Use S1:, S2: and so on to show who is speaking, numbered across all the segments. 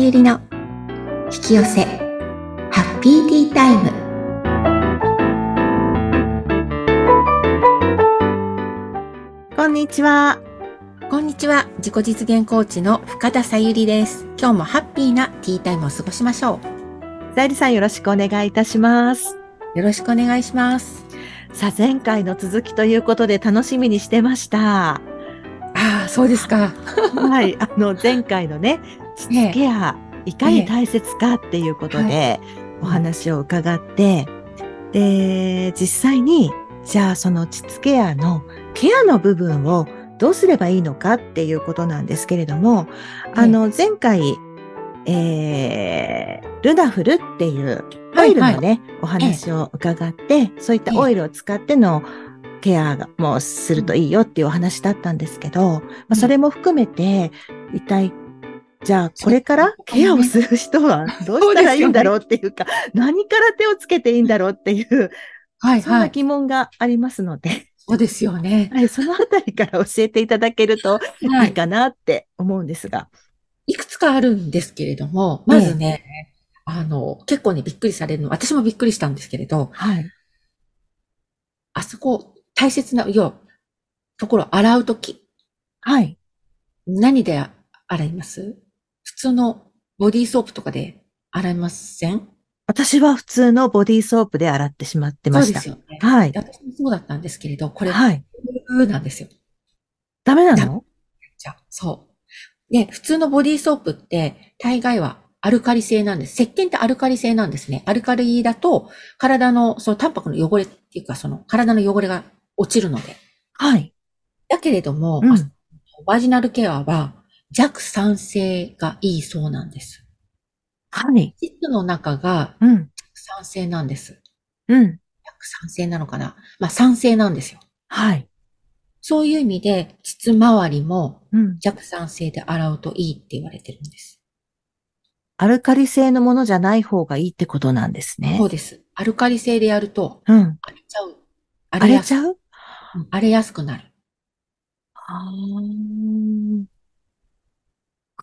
S1: ゆりの引き寄せハッピーティータイム
S2: こんにちは。
S1: こんにちは自己実現コーチの深田さゆりです今日もハッピーなティータイムを過ごしましょ
S2: さゆりさんよろしくお願いいたします。
S1: うよろしくお願いします
S2: さあ、前回の続きということで楽しみにしてました。
S1: ああそうですか
S2: はい。あの、前回のね、しつけや、いかに大切かっていうことで、お話を伺って、で、実際に、じゃあそのしつけやのケアの部分をどうすればいいのかっていうことなんですけれども、あの、前回、えー、ルナフルっていうオイルのね、お話を伺って、そういったオイルを使ってのケアがもうするといいよっていうお話だったんですけど、ま
S1: ん
S2: あ、それも含めて、一体、じゃあこれからケアをする人はどうしたらいいんだろうっていうか、何から手をつけていいんだろうっていう、
S1: はい
S2: そん
S1: は
S2: ない疑問がありますので、
S1: そうですよね
S2: はい、そのあたりから教えていただけると
S1: はい
S2: いいかなって思うんですが。
S1: いくつかあるんですけれども、まずね、あの、結構ね、びっくりされるの、私もびっくりしたんですけれど、
S2: はい。
S1: あそこ、大切な、要は、ところ、洗うとき、
S2: はい。
S1: 何で洗います普通のボディーソープとかで洗いません
S2: 私は普通のボディーソープで洗ってしまって
S1: そ
S2: ま
S1: う
S2: し
S1: で
S2: た。
S1: すよね。
S2: はい。
S1: 私もそうだったんですけれど、これ、
S2: はい。
S1: 普通なんですよ。
S2: ダメな
S1: ダ
S2: の
S1: じゃあそう。で、普通のボディーソープって、大概はアルカリ性なんです。石鹸ってアルカリ性なんですね。アルカリだと、体の、そのタンパクの汚れっていうか、その体の汚れが落ちるので。
S2: はい。
S1: だけれども、
S2: うん
S1: あバージナルケアは弱酸性がいいそうなんです。
S2: はい。
S1: 膣の中が
S2: うん。
S1: 酸性なんです。
S2: うん。
S1: 弱酸性なのかなまあ酸性なんですよ。
S2: はい。
S1: そういう意味で、膣周りも
S2: うん。
S1: 弱酸性で洗うといいって言われてるんです。
S2: アルカリ性のものじゃない方がいいってことなんですね
S1: そ。うです。アルカリ性でやると、
S2: うん。
S1: 荒れちゃう。荒
S2: 荒
S1: れ
S2: れ
S1: や
S2: ち
S1: す
S2: ゃう
S1: うん荒れやすくなる。
S2: あー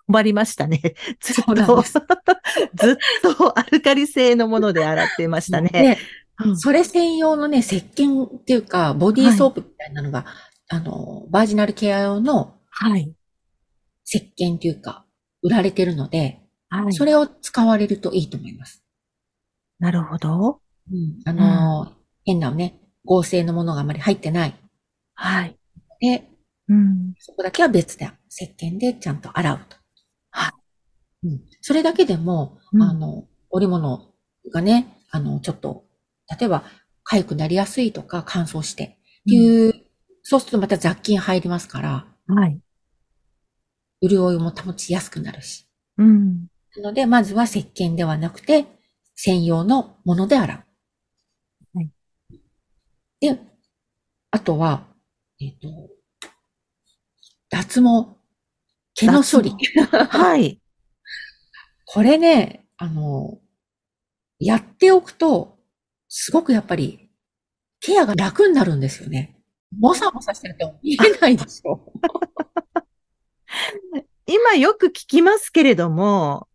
S2: 困りました ね。ずっ
S1: そうなん
S2: と
S1: で、
S2: ずっとアルカリ性のもので洗ってましたね。
S1: で、
S2: うん
S1: それ専用のね、石鹸っていうか、ボディーソープみたいなのが、あの、バージナルケア用の
S2: はい。
S1: 石鹸っていうか、売られてるので、
S2: はい。
S1: それを使われるといいと思います。
S2: なるほど。
S1: うん。あの、変なね、合成のものがあまり入ってない。
S2: はい。
S1: で、
S2: うん。
S1: そこだけは別で、石鹸でちゃんと洗うと。
S2: は
S1: うん。それだけでも、
S2: うん
S1: あの、織物がね、あの、ちょっと、例えば、痒くなりやすいとか乾燥してっていう、そうするとまた雑菌入りますから、
S2: はい。
S1: 潤いも保ちやすくなるし。
S2: うん。
S1: なので、まずは石鹸ではなくて、専用のもので洗う。
S2: はい。
S1: で、あとは、えっ、と、脱毛、毛の処理。
S2: 脱はい。
S1: これね、あの、やっておくと、すごくやっぱり、ケアが楽になるんですよね。もさもさしてると見えないでしょ。
S2: 今よく聞きますけれども、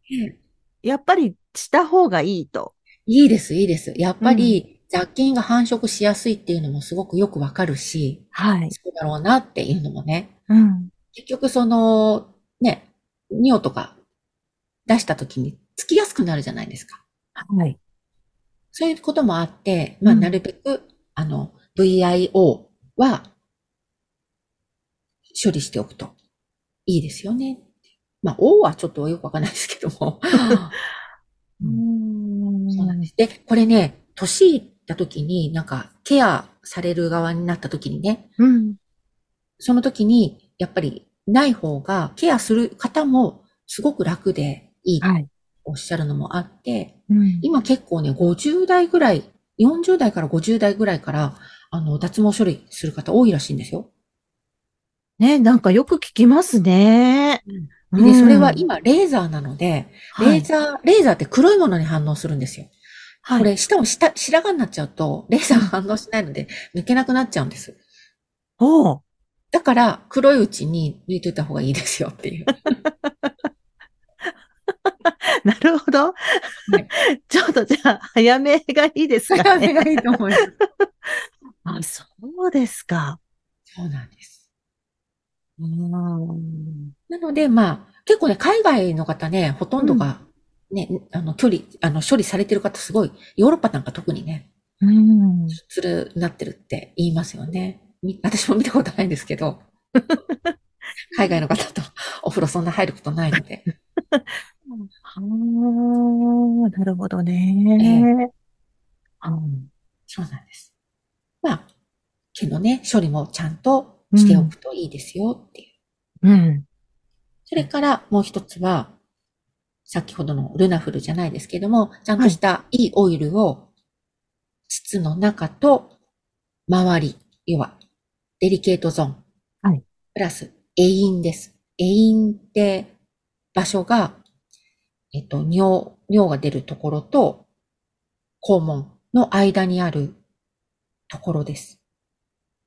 S2: やっぱりした方がいいと。
S1: いいです、いいです。やっぱり、雑菌が繁殖しやすいっていうのもすごくよくわかるし、
S2: はい。
S1: そうだろうなっていうのもね。
S2: うん。
S1: 結局その、ね、尿とか出した時につきやすくなるじゃないですか。
S2: はい。
S1: そういうこともあって、まあ、
S2: うん
S1: なるべく、あの、VIO は、処理しておくといいですよね。まあ、O はちょっとよくわかんないですけど も。うそうなんです。で、これね、年いった時に、なんか、ケアされる側になった時にね、
S2: うん。
S1: その時に、やっぱり、ない方が、ケアする方も、すごく楽でいいと
S2: はい。
S1: おっしゃるのもあって、
S2: うん
S1: 今結構ね、50代ぐらい、40代から50代ぐらいから、あの、脱毛処理する方多いらしいんですよ。
S2: ね、なんかよく聞きますね。う
S1: で、
S2: ん
S1: それは、今、レーザーなので、
S2: は
S1: レ
S2: い
S1: ーザー、レーザーって黒いものに反応するんですよ。
S2: はい
S1: これ、舌を下、白髪になっちゃうと、レーザーが反応しないので、抜けなくなっちゃうんです。
S2: おう
S1: だから、黒いうちに抜いといた方がいいですよっていう。
S2: なるほど。 ちょっとじゃあ、早めがいいですか
S1: 早
S2: ね。
S1: めがいいと思います。
S2: あ、そうですか。
S1: そうなんです。
S2: うーん。
S1: なので、まあ、結構ね、海外の方ね、ほとんどが、ね、あの、距離、あの、処理されてる方すごい、ヨーロッパなんか特にね、
S2: うん。
S1: ツルになってるって言いますよね。み私も見たことないんですけど、海外の方とお風呂そんな入ることないので。
S2: はーなるほどね。うん
S1: そうなんです。まあ、毛のね、処理もちゃんとしておくといいですよっていう。
S2: うん。
S1: それからもう一つは、先ほどのルナフルじゃないですけども、ちゃんとしたいいオイルを、膣の中と周り、要は、デリケートゾーン。
S2: はい
S1: プラス、栄陰です。栄陰って場所が、えっと、尿、尿が出るところと、肛門の間にあるところです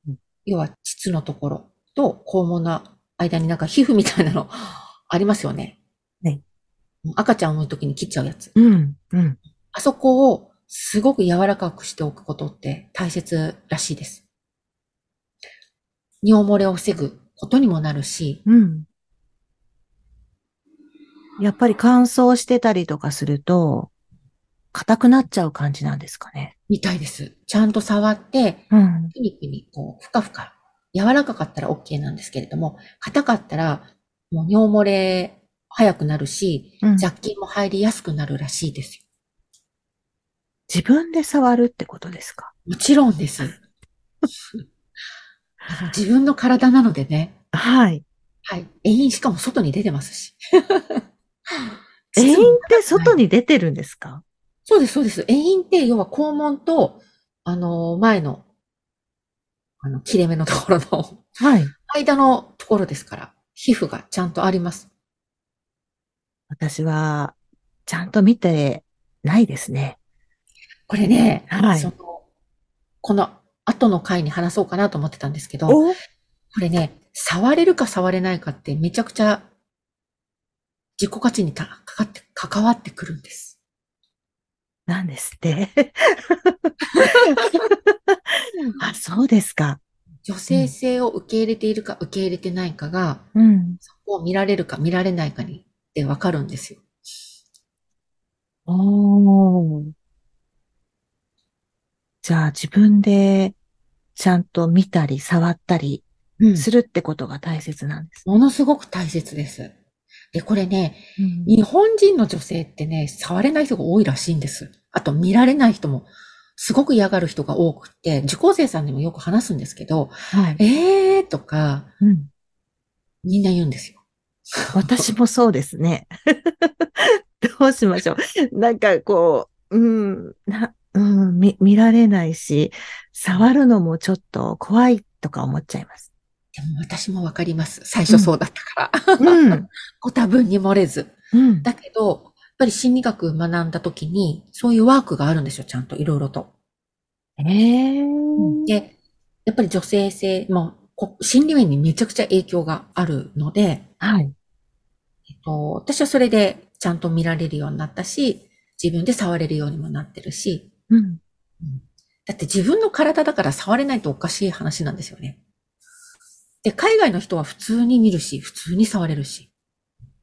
S2: うん。
S1: 要は、膣のところと肛門の間になんか皮膚みたいなの ありますよね。
S2: はい
S1: 赤ちゃんを産むときに切っちゃうやつ。
S2: うん。うん。
S1: あそこをすごく柔らかくしておくことって大切らしいです。尿漏れを防ぐことにもなるし、
S2: うん。やっぱり乾燥してたりとかすると、硬くなっちゃう感じなんですかね。
S1: みたいです。ちゃんと触って、
S2: うん。
S1: くにくにこう、ふかふか、柔らかかったら OK なんですけれども、硬かったら、もう尿漏れ早くなるし、
S2: うん
S1: 雑菌も入りやすくなるらしいですよ。
S2: 自分で触るってことですか
S1: もちろんです。あの自分の体なのでね。
S2: はい。
S1: はい。永遠しかも外に出てます し。
S2: 遠因
S1: 膣も
S2: って外に出てるんですか
S1: そうです、そうです。遠因って、要は肛門と、あの、前の、あの、切れ目のところの、
S2: はい。
S1: 間のところですから、皮膚がちゃんとあります。
S2: 私は、ちゃんと見てないですね。
S1: これね、
S2: はい
S1: その、この後の回に話そうかなと思ってたんですけど、こ
S2: お
S1: れね、触れるか触れないかってめちゃくちゃ自己価値にたかかって、関わってくるん です。
S2: なんですって。 あ、そうですか。
S1: 女性性を受け入れているか受け入れてないかが、
S2: うん。
S1: そこを見られるか見られないかにってわかるんですよ。
S2: おーじゃあ自分でちゃんと見たり触ったり
S1: うん
S2: するってことが大切なんです。
S1: ものすごく大切です。で、これね、
S2: うん
S1: 日本人の女性ってね、触れない人が多いらしいんです。あと見られない人も、すごく嫌がる人が多くって、受講生さんにもよく話すんですけど、
S2: はい。
S1: えーとか、
S2: うん
S1: みんな言うんですよ。
S2: 私もそうですね。 どうしましょう。なんかこう、うん、な、うん、見、見られないし、触るのもちょっと怖いとか思っちゃいます。
S1: でも私もわかります。最初そうだったから。
S2: うん、
S1: ご多分に漏れず。
S2: うん。
S1: だけど、やっぱり心理学学んだ時に、そういうワークがあるんですよ、ちゃんといろいろと。
S2: ええ
S1: で、やっぱり女性性も、こ心理面にめちゃくちゃ影響があるので、
S2: はい。
S1: えっと、私はそれでちゃんと見られるようになったし、自分で触れるようにもなってるし、
S2: うん。
S1: だって自分の体だから触れないとおかしい話なんですよね。で、海外の人は普通に見るし、普通に触れるし。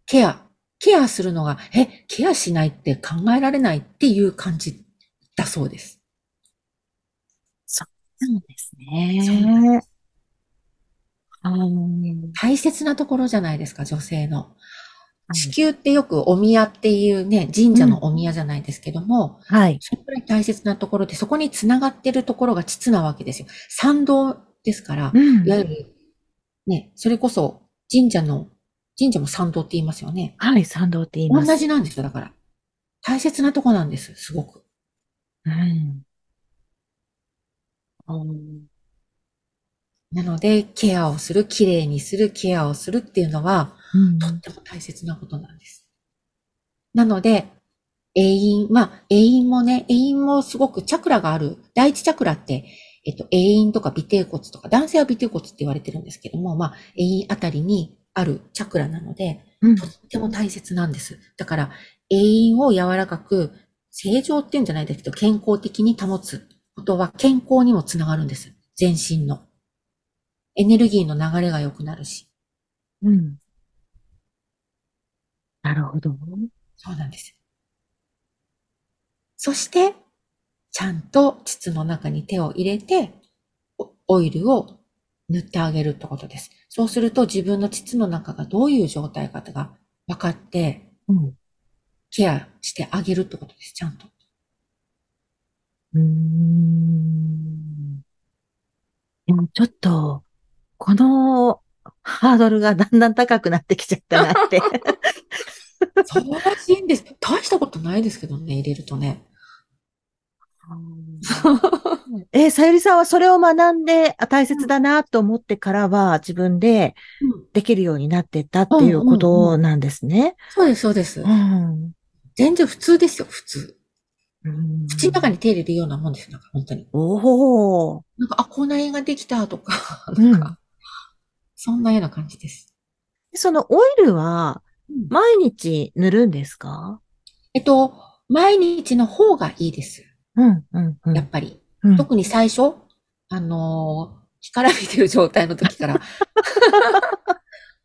S1: ケア。ケアするのが、え、ケアしないって考えられないっていう感じだそうです。
S2: そうです
S1: そうなん
S2: ね。あの、
S1: 大切なところじゃないですか、女性の。
S2: い
S1: 地球ってよくお宮っていうね、神社のお宮じゃないですけども、
S2: はい。
S1: それくらい大切なところで、そこに繋がってるところが膣なわけですよ。参道ですから、
S2: うん
S1: いわゆる、ね、それこそ神社の、神社も参道って言いますよね。
S2: はい、賛同って言い
S1: 同
S2: ます。
S1: じなんですよ、だから。大切なとこなんです、すごく。
S2: うん。うん
S1: なので、ケアをする、綺麗にする、ケアをするっていうのは、
S2: うん
S1: とっても大切なことなんです。なので、永遠、まあ、永遠もね、永遠もすごくチャクラがある、第一チャクラって、えっと、永遠とか尾低骨とか、男性は尾低骨って言われてるんですけども、まあ、永遠あたりにあるチャクラなので、
S2: うん
S1: とっても大切なんです。だから、栄養を柔らかく、正常っていうんじゃないですけど、健康的に保つことは健康にもつながるんです。全身の。エネルギーの流れが良くなるし。
S2: うん。なるほど。
S1: そうなんです。そして、ちゃんと膣の中に手を入れて、オオイルを塗ってあげるってことです。そうすると自分の膣の中がどういう状態かが分かって、
S2: うん。
S1: ケアしてあげるってことです、ちゃんと。
S2: うーん。でもちょっと、このハードルがだんだん高くなってきちゃったなって。
S1: そうらしいんです。大したことないですけどね、入れるとね。
S2: えーさゆりさんはそれを学んで、あ大切だなと思ってからは自分でできるようになってったっていうことなんですね。
S1: そうです、そうです。
S2: ん。
S1: 全然普通ですよ、普通。
S2: うん
S1: 口の中に手入れるようなもんです、なんか本当に。
S2: おお。
S1: なんか、あ、こんな映画できたとか、
S2: うん
S1: なんか、そんなような感じです。
S2: そのオイルは毎日塗るんですか
S1: えっと、毎日の方がいいです。
S2: うん、うん、う
S1: やっぱり。
S2: うん
S1: 特に最初、あのー干からびてる状態の時 から、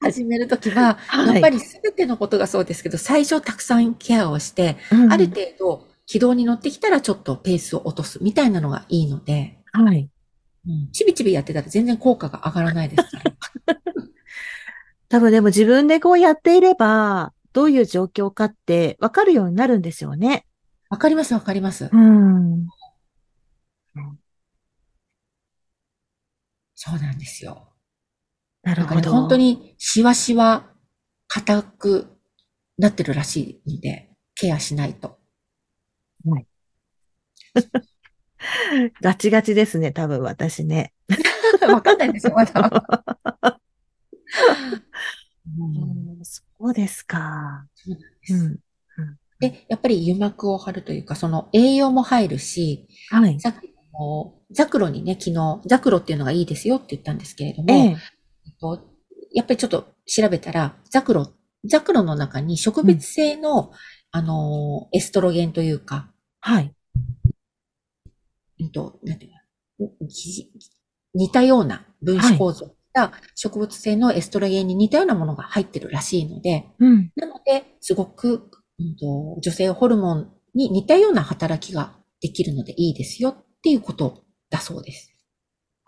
S1: 始める時は、やっぱり全てのことがそうですけど、最初たくさんケアをして、
S2: うん
S1: ある程度軌道に乗ってきたらちょっとペースを落とすみたいなのがいいので、
S2: はい。
S1: ちびちびやってたら全然効果が上がらないですから。
S2: 多分でも自分でこうやっていれば、どういう状況かってわかるようになるんですよね。
S1: わかりますわかります。
S2: ん。
S1: そうなんですよ。
S2: な
S1: な
S2: る
S1: んか
S2: ほ
S1: ね、
S2: ど。
S1: 本当。にシワシワ硬くなってるらしいので、ケアしないと。
S2: ガチガチですね、多分私ね。
S1: わかんないんですよ、まだ。 うん
S2: うんそうですか。
S1: そうなんです
S2: うん。
S1: で、やっぱり油膜を張るというか、その栄養も入るし、
S2: はい。
S1: さっきもザクロにね、昨日、ザクロっていうのがいいですよって言ったんですけれども、
S2: ええ。
S1: えっとやっぱりちょっと調べたら、ザクロ、ザクロの中に植物性の、あの、エストロゲンというか、
S2: はい。
S1: うんと、なんていうのぎ似たような分子構造が植物性のエストロゲンに似たようなものが入ってるらしいので、
S2: うん。
S1: なので、すごく、うんと、女性ホルモンに似たような働きができるのでいいですよっていうことだそうです。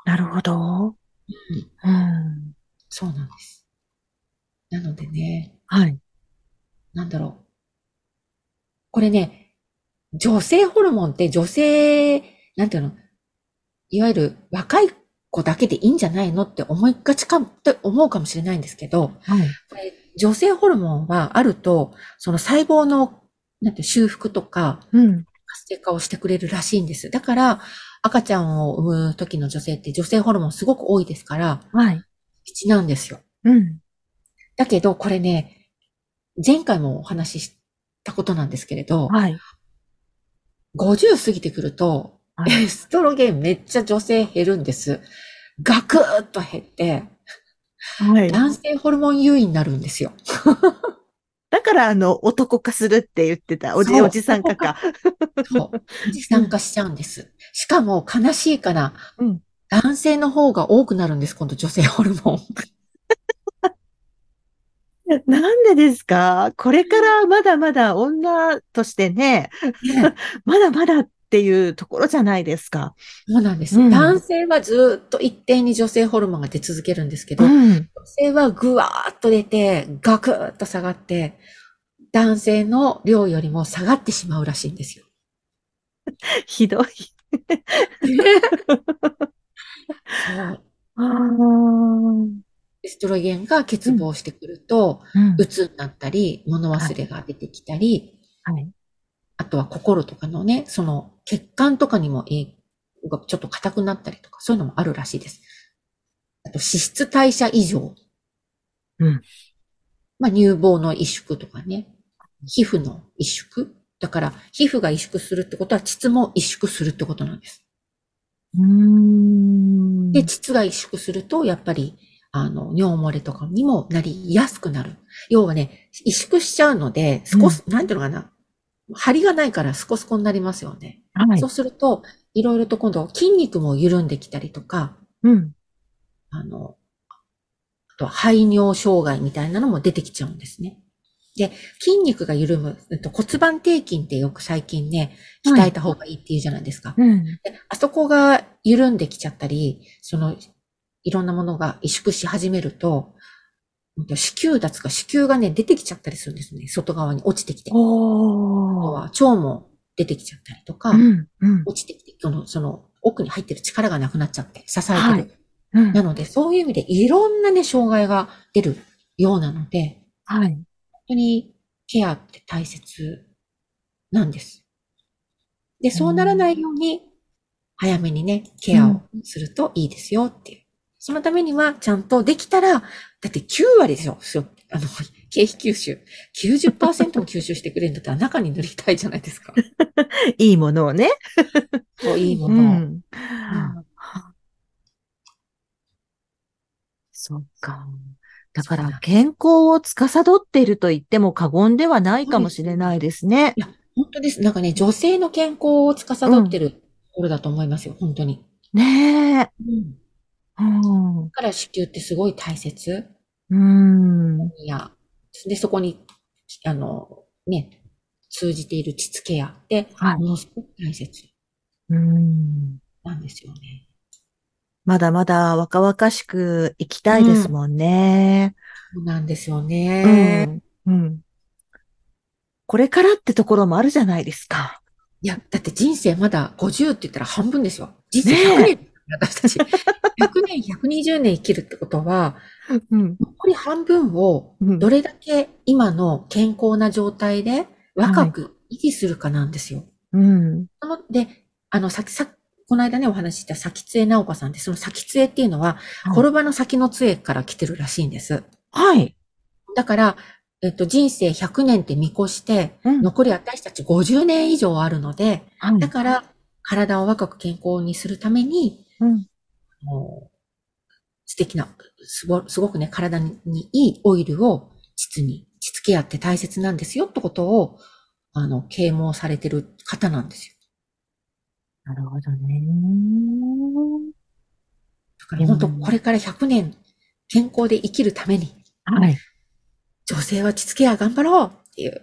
S2: なるほど。うん。
S1: そうなんです。なのでね、
S2: はい。
S1: なんだろう。これね、女性ホルモンって女性、なんていうの、いわゆる若い子だけでいいんじゃないのって思いがちかって思うかもしれないんですけど、
S2: はい。
S1: これ女性ホルモンはあると、その細胞のなんて修復とか
S2: うん。
S1: 活性化をしてくれるらしいんです。だから、赤ちゃんを産む時の女性って女性ホルモンすごく多いですから、
S2: はい。
S1: 必なんですよ。
S2: うん。
S1: だけど、これね、前回もお話ししたことなんですけれど、
S2: はい。
S1: 50過ぎてくると、
S2: はい
S1: エストロゲンめっちゃ女性減るんです。ガクーッと減って、
S2: はい。
S1: 男性ホルモン優位になるんですよ。
S2: だから、あの、男化するって言ってた、おじ、
S1: そう
S2: おじさん化か。
S1: そう。持参化しちゃうんです。しかも悲しいから、
S2: うん
S1: 男性の方が多くなるんです、今度女性ホルモン。
S2: なんでですかこれからまだまだ女として ね、
S1: ね
S2: まだまだっていうところじゃないですか。
S1: そうなんです。
S2: うん
S1: 男性はずっと一定に女性ホルモンが出続けるんですけど、
S2: ん。
S1: 女性はぐわーっと出て、ガクーッと下がって、男性の量よりも下がってしまうらしいんですよ。
S2: ひどい。
S1: そう
S2: あうん。
S1: エストロゲンが欠乏してくると、うつになったり、物忘れが出てきたり、
S2: はい。
S1: あとは心とかのね、その血管とかにも影がちょっと硬くなったりとか、そういうのもあるらしいです。あと、脂質代謝異常。
S2: うん。
S1: まあ、乳房の萎縮とかね、皮膚の萎縮。だから、皮膚が萎縮するってことは、膣も萎縮するってことなんです。
S2: うーん。
S1: で、膣が萎縮すると、やっぱり、ああの、尿漏れとかにもなりやすくなる。要はね、萎縮しちゃうので、少し、なんていうのかな、張りがないからスコスコになりますよね。
S2: はい
S1: そう。すると、いろいろと今度筋肉も緩んできたりとか、
S2: うん。
S1: あの、あとは排尿障害みたいなのも出てきちゃうんですね。で、筋肉が緩む、えっと骨盤底筋ってよく最近ね、
S2: はい
S1: 鍛えた方がいいって言うじゃないですか。
S2: うん。
S1: であそこが緩んできちゃったり、その、いろんなものが萎縮し始めると、うんと子宮脱か子宮がね、出てきちゃったりするんですね。外側に落ちてきて。あと
S2: お
S1: は
S2: ー。
S1: 腸も出てきちゃったりとか、
S2: うん。うん。
S1: 落ちてきて、その、その、奥に入ってる力がなくなっちゃって、支えてる。
S2: はいうん
S1: なので、そういう意味でいろんなね、障害が出るようなので、
S2: はい。
S1: 本当にケアって大切なんです。で、そうならないように、早めにね、ケアをするといいですよっていう。そのためには、ちゃんとできたら、だって9割ですよ、すよあの、経費吸収。90%も吸収してくれるんだったら中に塗りたいじゃないですか。
S2: いいものをね。
S1: そういいも
S2: う
S1: のを。
S2: ん。そっか。だか
S1: そうな
S2: ら
S1: ん、
S2: 健康を司っていると言っても過言ではないかもしれないですね。
S1: 本当です。なんかね、女性の健康を司ってるところだと思いますよ、本当に。
S2: ねえ。
S1: うん。
S2: うん
S1: だから子宮ってすごい大切。
S2: うん。
S1: いや、で、そこに、あの、ね、通じている膣ケアって、
S2: はい
S1: ものすごく大切
S2: うん。
S1: なんですよね。
S2: まだまだ若々しく生きたいですもんね。
S1: そうなんですよ
S2: う
S1: ね。
S2: ん。うん。これからってところもあるじゃないですか。
S1: いや、だって人生まだ50って言ったら半分ですよ。人生100
S2: ね
S1: 年、私たち。100年、120年生きるってことは、
S2: うん。
S1: 残り半分を
S2: うん
S1: どれだけ今の健康な状態で若く維持するかなんですよ。
S2: うん。
S1: そので、あの、さきさ、この間ね、お話しした先杖直子さんって、その先杖っていうのは、
S2: い
S1: 転ばの先の杖から来てるらしいんです。
S2: はい。
S1: だから、えっと、人生100年って見越して、
S2: うん
S1: 残り私たち50年以上あるので、
S2: はい
S1: だから、体を若く健康にするために、
S2: うん
S1: もう素敵な、すご、すごくね、体にいいオイルを、膣に、膣ケアって大切なんですよってことを、あの、啓蒙されてる方なんですよ。
S2: なるほどね。
S1: だから本当、これから100年、健康で生きるために、
S2: はい。
S1: 女性は膣ケア頑張ろうっていう。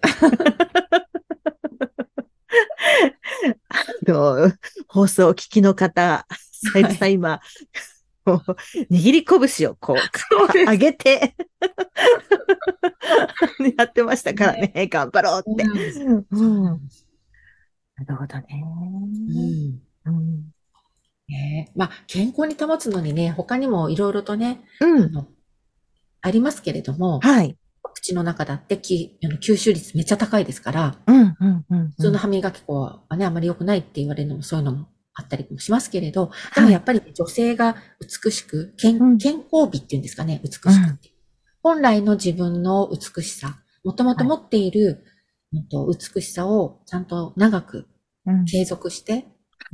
S2: と、放送を聞きの方、さゆりさん今、こう握り拳をこう、上げて、 やってましたからね、頑張ろうって。うんなるほどね。
S1: うん
S2: うん。
S1: ねえまあ、健康に保つのにね、他にもいろいろとね、
S2: う
S1: あ
S2: ん。
S1: のありますけれども、
S2: はい。
S1: 口の中だってきあの吸収率めっちゃ高いですから、
S2: うん、うん、うん。
S1: 普通の歯磨き粉はね、あまり良くないって言われるのもそういうのもあったりもしますけれど、でもやっぱり女性が美しく、健
S2: うん
S1: 健康美っていうんですかね、美しく
S2: うん
S1: って。本来の自分の美しさ、もともと持っている、うんと美しさをちゃんと長く
S2: うん
S1: 継続して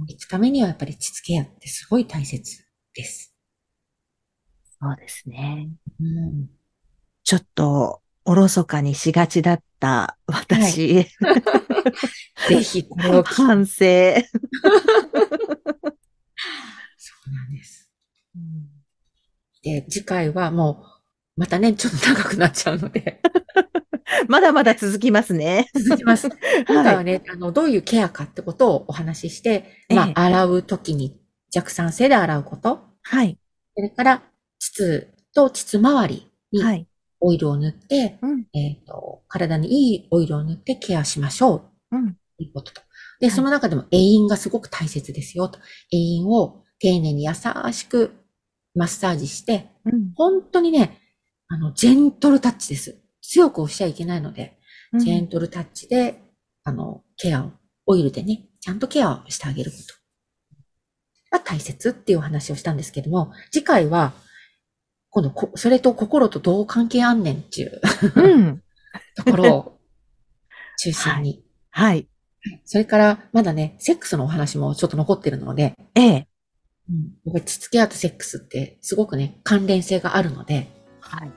S1: いくためにはやっぱり膣ケアってすごい大切です。
S2: そうですね。
S1: うん、
S2: ちょっと、おろそかにしがちだった私、
S1: ぜひこれを 聞
S2: 反省。
S1: そうなんです。で、次回はもう、またね、ちょっと長くなっちゃうので、
S2: まだまだ続きますね。
S1: 続きます。今回
S2: は。
S1: はいね、あの、どういうケアかってことをお話しして、まあ、
S2: ええ
S1: 洗うときに弱酸性で洗うこと、
S2: はい。
S1: それから、膣と膣周り
S2: は
S1: に
S2: い。
S1: オイルを塗って、
S2: うん
S1: えっ、と、体にいいオイルを塗ってケアしましょう、
S2: うん。
S1: ということと。で、
S2: はい
S1: その中でも栄飲がすごく大切ですよ、と。栄飲を丁寧に優しくマッサージして、
S2: うん。
S1: 本当にね、あの、ジェントルタッチです。強く押しちゃいけないので、
S2: うん
S1: ジェントルタッチで、あの、ケアを、オイルでね、ちゃんとケアをしてあげることが大切っていうお話をしたんですけども、次回は、今度こ、それと心とどう関係あんねんっていう
S2: うん。
S1: ところ を中心に、
S2: はい。
S1: それから、まだね、セックスのお話もちょっと残ってるので、
S2: ええ。
S1: うん、僕は膣ケアとセックスってすごくね、関連性があるので、
S2: はい。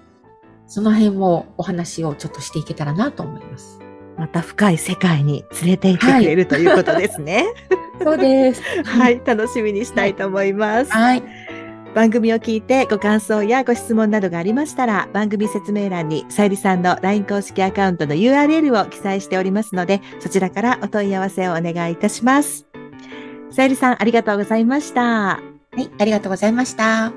S1: その辺もお話をちょっとしていけたらなと思います。
S2: また深い世界に連れて行ってくれるということですね。
S1: そう です。
S2: はい、楽しみにしたいと思います。
S1: はい。
S2: 番組を聞いてご感想やご質問などがありましたら、番組説明欄にさゆりさんの LINE 公式アカウントの URL を記載しておりますので、そちらからお問い合わせをお願いいたします。さゆりさん、ありがとうございました。
S1: はい、ありがとうございました。